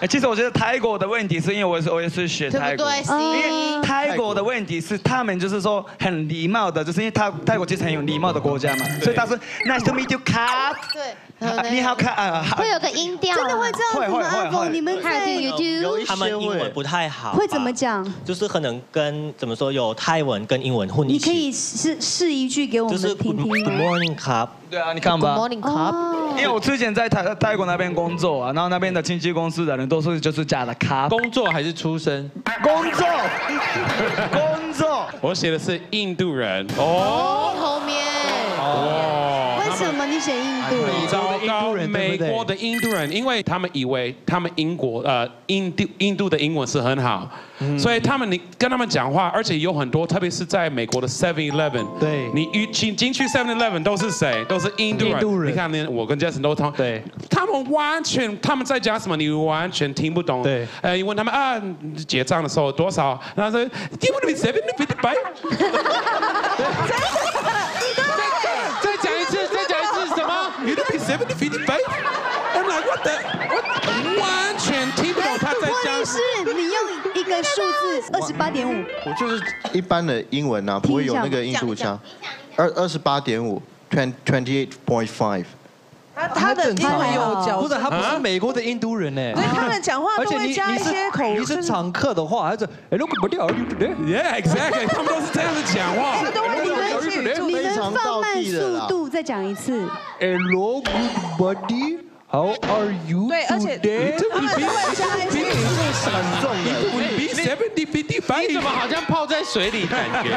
I: 哎，其实我觉得泰国的问题是因为我是我也是学
C: 对
I: 泰
C: 不
I: 国，
C: 对？
I: 因为泰国的问题是他们就是说很礼貌的，就是因为泰泰国其实很有礼貌的国家嘛，所以他说 nice to meet you cut，对，你好看啊，好
E: 会有个音调啊，
B: 真的会 这样子吗会会会阿峰你们在
E: How do you do？
N: 他们英文不太好，
B: 会怎么讲？
N: 就是可能跟怎么说有泰文跟英文混一
B: 你可
N: 起，
B: 以试试一句给我
N: 就是
B: 们
N: Good
B: 听
N: Good
B: 听吗？
N: morning cup。
I: 对啊，你看吧。
C: Good morning
D: 哦
C: cup
B: 哎
I: 因为我之前在泰泰国那边工作啊，然后那边的经纪公司的人都是就是假的卡。
A: 工作还是出身？
I: 工 作，工作。
D: 我写的是印度人哦。
C: 哦，后面
D: 哦，
B: 为什么你写啊印度？
D: 糟糕，
I: 对
D: 美
I: 不对
D: 国的印度人，因为他们以为他们英国呃印度印度的英文是很好，所以他们你跟他们讲话，而且有很多，特别是在美国的 Seven Eleven，对，你一进进去 Seven Eleven 都是谁？都是印度人。
J: 印度人
D: 你看，连我跟 Jason 都通，对，他们完全他们在讲什么，你完全听不懂。对，呃，你问他们啊，结账的时候多少？然后说，你问你 Seven Eleven
A: 再讲一次，再讲一次什么？
D: 你都比 Seven Eleven。I'm like what the，我完全听不懂他在讲什
B: 哎是
D: 么。
B: 你用一个数字二十八点五，
L: 我就是一般的英文啊，不会有那个印度腔。二二十八点五，twenty twenty eight point five。
G: 他他的英
J: 아,
G: 文有矫正，
J: 不是他不是美国的印度人呢，
G: 所以他们讲话都会加一些口
J: 你是常客的话，他就哎，如果不掉，对
D: ，Yeah exactly，他们哎都是这样子讲话。
B: 你们你们放慢速度再讲一次。
J: Hello, everybody. How are you
G: 对而且
J: today？
G: 他们都会加一些
J: 很重
A: 你
D: seventy fifty five，
A: 你怎么好像泡在水里感
B: 嗯
A: 觉？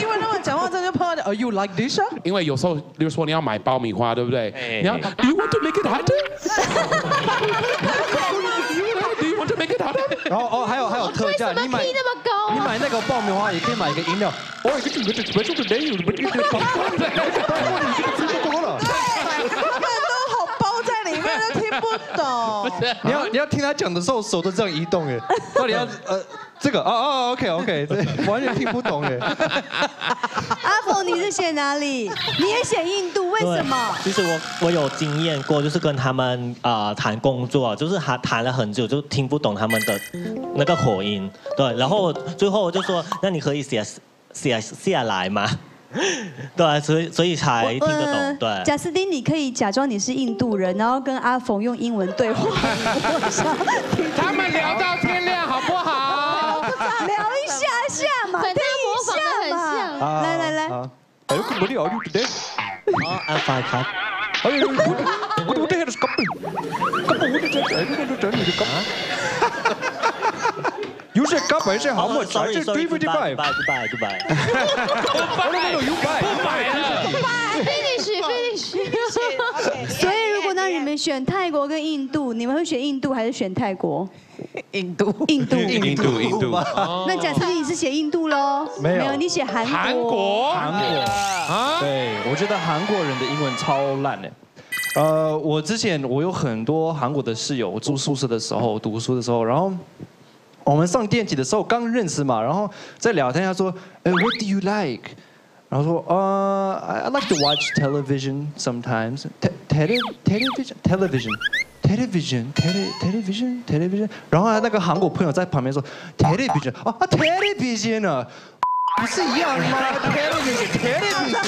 G: 因为他们讲话真的就碰到的，Are you like this 啊？
D: 因为有时候，比如说你要买爆米花，对不对？你要 Do you want to make it hotter? Do you want to make it hotter?
J: 然后哦，还有还有特价，你买
E: 踢那么高啊
J: 你买那个爆米花也可以买一个饮料。哦，一个这个这个这个这个这个这个
G: 他们都好包在里面，都听不懂。
M: 你要你要听他讲的时候，手都这样移动哎，到底要呃这个哦哦，OK OK，这完全听不懂哎。
B: 阿凤，你是写哪里？你也写印度，为什么？
N: 对其实我我有经验过，就是跟他们啊、呃谈工作，就是他谈了很久，就听不懂他们的那个口音。对，然后最后我就说，那你可以写写下来吗？ 对，啊所以所以才听得
B: 呃
N: 懂。对，
B: 贾斯汀，你可以假装你是印度人，然后跟阿凤用英文对 话。我想
A: 他们聊到天亮，好不好？
G: 哦
B: 聊一下下嘛，
A: 反
B: 听
A: 正
B: 一下 嘛。来来来，
M: 啊哎呦，根本聊就不对。
N: 啊，安排他。
M: 哎呦，我我我这还是根本，根本我这这这这这这根本。You say cup, I say how much? I say three fifty five.
N: Goodbye, goodbye, goodbye.
M: No, no, no, you buy. You buy.
E: Finish, finish.
B: 所以如果让你们选泰国跟印度，你们会选印度还是选泰国？
G: 印度，
B: 印度，
D: 印度印度哦
B: 那贾斯汀，你是写印度喽？
J: 没有
B: 你写韩国。
J: 韩国啊，对，我觉得韩国人的英文超烂的。呃，我之前我有很多韩国的室友，我住宿舍的时候，读书的时候，然后我们上电梯的时候刚认识嘛，然后在聊天，他说，哎、w h a t do you like？然后说，呃、i I like to watch television sometimes. Te- tele- television television television tele television television。然后那个韩国朋友在旁边说，television 啊啊 television 啊。不是一样 吗？television，television。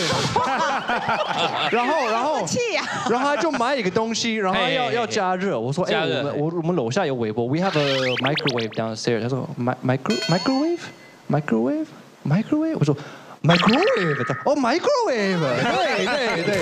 J: 然后，然后， 然后他就买一个东西，然后
M: 哎
J: 要要加热。我说，哎，
M: 加
J: 我
M: 热
J: 们我我们楼下有微波，we have a microwave downstairs。他说，mi micro microwave microwave microwave。我说，microwave 他哦，microwave。对对对。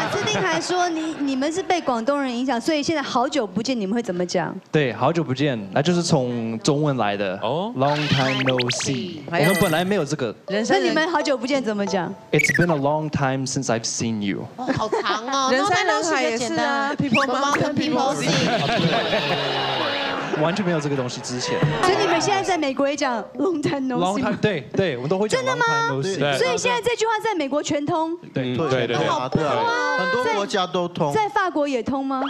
B: 贾斯汀还说你你们是被广东人影响，所以现在好久不见，你们会怎么讲？
J: 对，好久不见，那就是从中文来的哦，Long time no see。我
B: 嗯还有
J: 们本来没有这个
B: 那你们好久不见怎么讲？
J: ，It's been a long time since I've seen you。
C: 好长哦，
G: 人山
C: 那我
G: 人
C: 们
G: 海也是啊，People Mountain People Sea。
J: 完全没有这个东西之前。
B: 所以你们现在在美国也讲 long time no
J: Long
B: see
J: time，对对，我们都会讲
B: 真的
J: long time no
B: 吗？
J: see。
B: 所以现在这句话在美国全通，
J: 嗯对
L: 对对对啊对啊，很多国家都通。
B: 在法国也通吗？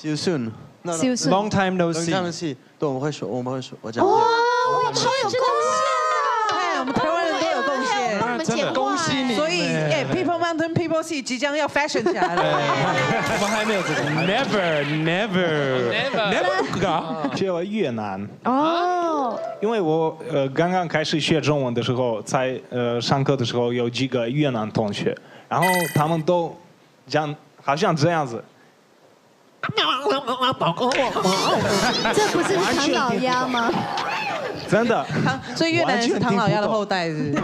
H: See you soon. No, no.
B: See you soon. Long
J: time no
H: Long
J: see.
H: time no see. 对，我们会说，我们会说，我
B: 哦
H: 讲。
B: 我超有贡献
G: 哎，我们台湾人都有贡献，
H: 我们简化恭喜你
G: 所以，哎，People Mountain People Sea 即将要 fashion 起来了。
D: 我们还没有啊这个。Never, never,
K: Never 去了越南。
B: 哦。
K: 因为我呃刚刚开始学中文的时候，在呃上课的时候有几个越南同学，然后他们都讲好像这样子，
B: 这不是唐老鸭吗？
K: 真的。
G: 所以越南人是唐老鸭的后代是不是？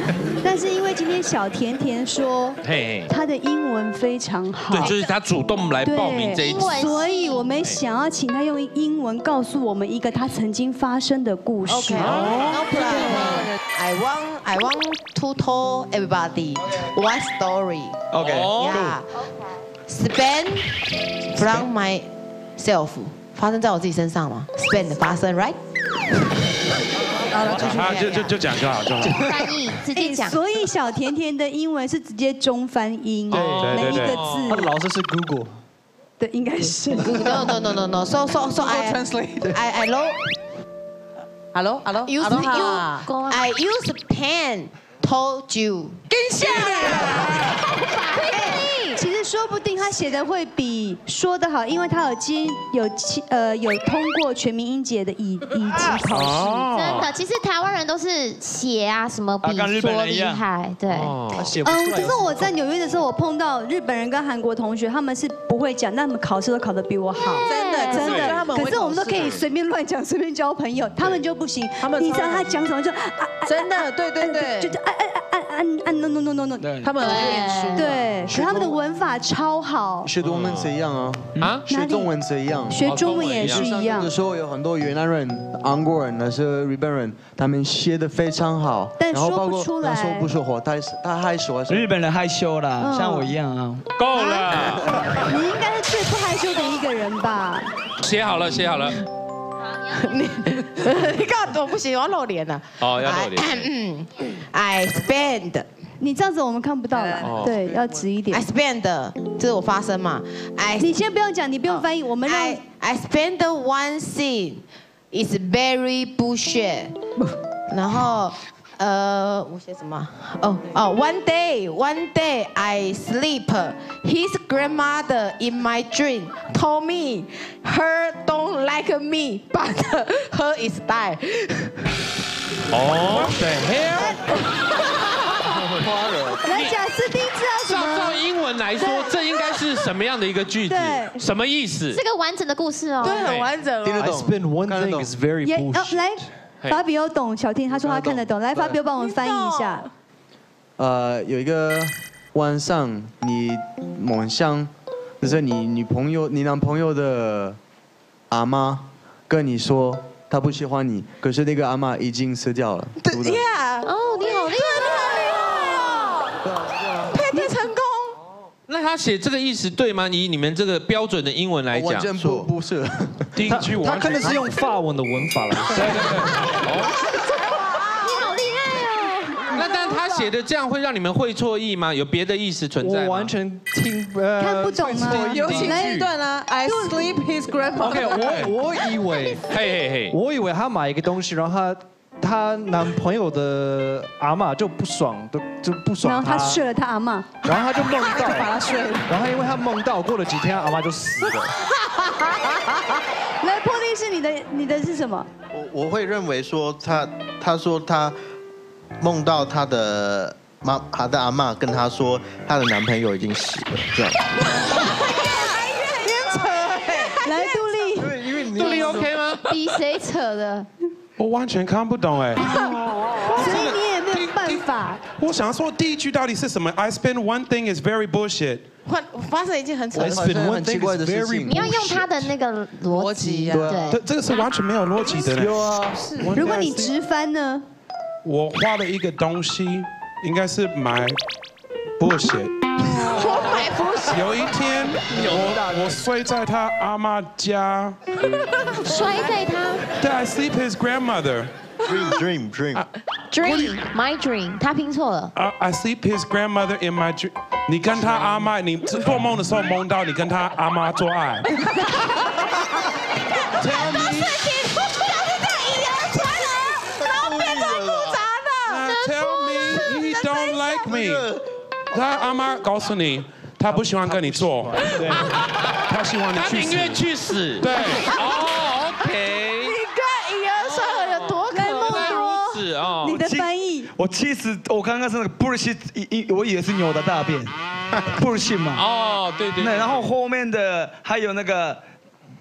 B: 但是因为今天小甜甜说
A: 嘿，
B: 她的英文非常好，
A: 对，就是他主动来报名这一集。
B: 对所以我们想要请她用英文告诉我们一个她曾经发生的故事。哎
C: No problem. I want I want to tell everybody one story.
M: Okay.
C: Yeah. Spain from myself 发生在我自己身上嘛？Spain 发生 right？
G: 好了，
D: 啊，就就就讲就好就好。
E: 翻译直
B: 接讲，所以小甜甜的英文是直接中翻英，哦每一个
J: 他的
B: 字
J: 老师是 Google。
B: 对，应该是。
C: No no no no no. So so so I I I know.
G: Hello hello.
C: You you
G: Aloha.
C: Ah I use pen told you.
G: 跟下
B: 其实说不定他写的会比说的好，因为他有经有七呃有通过全民英检的乙乙级考
E: 哦
B: 试，
E: 真的，其实台湾人都是写啊什么比
B: 啊跟日本
E: 说
B: 人
E: 厉
B: 一样
E: 害，对。
A: 哦
B: 嗯，可是我在纽约的时候，我碰到日本人跟韩国同学，他们是不会讲，但他们考试都考得比我好，
G: 真的
B: 真
G: 可是我觉得他
B: 的。
G: 们很会
B: 可是我们都
G: 考试
B: 可以随便乱讲，随便交朋友，他们就不行。他
G: 们
B: 你知道
G: 超
B: 他讲什么就真的，
G: 对对对，
B: 就是按按按按按 no no no no no，
G: 他们很会念书
B: 对，可是他们的文法超好。
H: 学中文是一样啊，
A: 啊，
H: 学中文是一样，哦
B: 学中文也是一样
H: 有时候有很多越南人、韩国人还是日本人，他们写的非常好，
B: 但
H: 然后
B: 说
H: 包
B: 不
H: 括
B: 出来
H: 他说不出话，他他害羞啊什么。
I: 日本人害羞啦，
B: 嗯
I: 像我一样啊。
A: 够了，
C: 啊
B: 你应该是最不害羞的一个人吧？
A: 写好了，写好了。
C: 你看我不行，我要露脸了。
A: 哦，要露脸。
C: I spend
B: 你这样子我们看不到了
C: 哦，
B: 对，要直一点。
C: I spend，这是我发声嘛？I
B: 你先不用讲，你不用翻译，我们让
C: I I spend one thing is very bullshit。然后呃，我写什么啊？哦哦，One day, one day I sleep. His grandmother in my dream told me her don't like me, but her is die.
A: 哦，对，
B: 来贾斯汀知
A: 照
B: 道什
A: 照
B: 么？
A: 英文来说，这应该是什么样的一个句子？
B: 对
A: 什么意思？
E: 是个完整的故事哦，
A: 对很完整哦听得懂 I spend
M: one thing is very
B: 也
M: bullshit
B: 哦，来，
M: 嘿
B: 法比欧懂小天，他说他看得懂，来，法比欧帮我们翻译一下。
H: 呃，有一个晚上你梦想，就是你女朋友、你男朋友的阿妈跟你说她不喜欢你，可是那个阿妈已经死掉了，对不对？
C: Yeah，
E: 哦，你好厉哦
A: 害
C: 哦，配对成功。
A: 那他写这个意思对吗？以你们这个标准的英文来讲，
H: 完全不不是。
A: 第一句
J: 他真的是用法文的文法来
A: 那但他写的这样会让你们会错意吗？有别的意思存在我完
J: 全听呃
G: 看不懂啊
J: 吗
G: 尤其这一段呢，I sleep his grandma。
J: OK，我我以为，
A: 嘿嘿嘿，
J: 我以为她买一个东西，然后她她男朋友的阿嬷就不爽，都就不
B: 然后
J: 爽她，
B: 他睡了他阿妈，
J: 然后她就梦 到，
B: 把她睡了
J: 然后因为她梦到，过了几天阿嬷就死了。
B: 来，破例是你的，你的是什么？
L: 我会认为说他，他说他梦到他的妈，他的阿嬷跟他说，她的男朋友已经死了，这样。
B: 来，杜丽，
M: 对，因为你
A: 杜丽 OK 吗？
E: 比谁扯的？
D: 我完全看不懂哎。
B: 所以你也没有办法。
D: 我想说第一句到底是什么？I spend one thing is very bullshit。
C: 换发生一件很扯的
D: I spend
C: 事
D: one thing is very
E: 你要用他的那个逻辑，啊
D: 这这个是完全没有逻辑的呢。
B: 有
D: 啊
B: 如果你直翻呢？
D: 我花了一个东西，应该是买 bullshit。
C: 我买不起。
D: 有一天，我我睡在他阿妈家，
E: 摔在他
D: 对，I sleep his grandmother。
L: Dream dream dream。
E: dream my dream，他拼错了。
D: I I sleep his grandmother in my dream。你跟他阿妈，你做梦的时候梦到你跟他阿妈做爱。
M: Tell me，
D: Now Tell me he don't like me。他阿妈告诉你，他不喜欢跟你做，对，他喜欢你
A: 他
D: 去
A: 宁
D: 死。
A: 愿去死。
D: 对
A: 哦，OK，
C: 你看以儿酸河有多可爱？
A: 是哦
B: 你的翻译，
I: 我气死！我刚刚是那个 bullshit，一一我以为是牛的大便，bullshit 嘛。
A: 哦，对对
I: 那然后后面的还有那个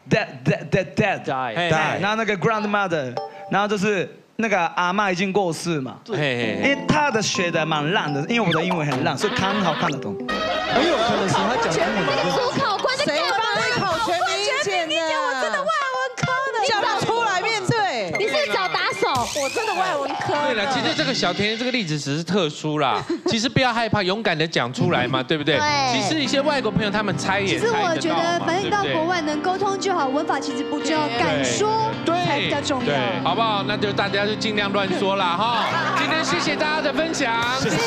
I: dead dead dead dead die，
A: die
I: 然后那个 grandmother，然后就是那个阿嬷已经过世嘛。
A: 嘿嘿
I: 因
A: 嘿
I: 为她的学的蛮烂的，因为我的英文很烂，所以刚好看得懂。
M: 很有可能是他讲英文的。
E: 主考官在
G: 谁帮 你考全民英检呢？我真的外文科
C: 你
G: 叫他出来面对。
E: 你是找打手，
C: 我真的外文科。
A: 对了，其实这个小甜甜这个例子只是特殊啦，其实不要害怕，勇敢的讲出来嘛，对不对？
E: 对
A: 其实一些外国朋友他们猜也
B: 其实
A: 猜
B: 我
A: 得
B: 觉
A: 到
B: 得，
A: 嘛
B: 反正到
A: 对不对
B: 国外能沟通就好，文法其实不重要，敢
A: 对
B: 说
A: 对
B: 才比较重要。
A: 对好不好？那就大家就尽量乱说啦哈。今天谢谢大家的分享，谢谢。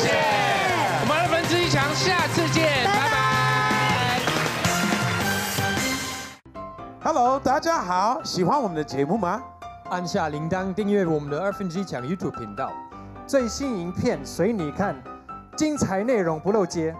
A: 我们二分之一强，下次见，拜拜。
O: Hello，大家好，喜欢我们的节目吗？按下铃铛订阅我们的二分之一强 YouTube 频道，最新影片随你看，精彩内容不漏接，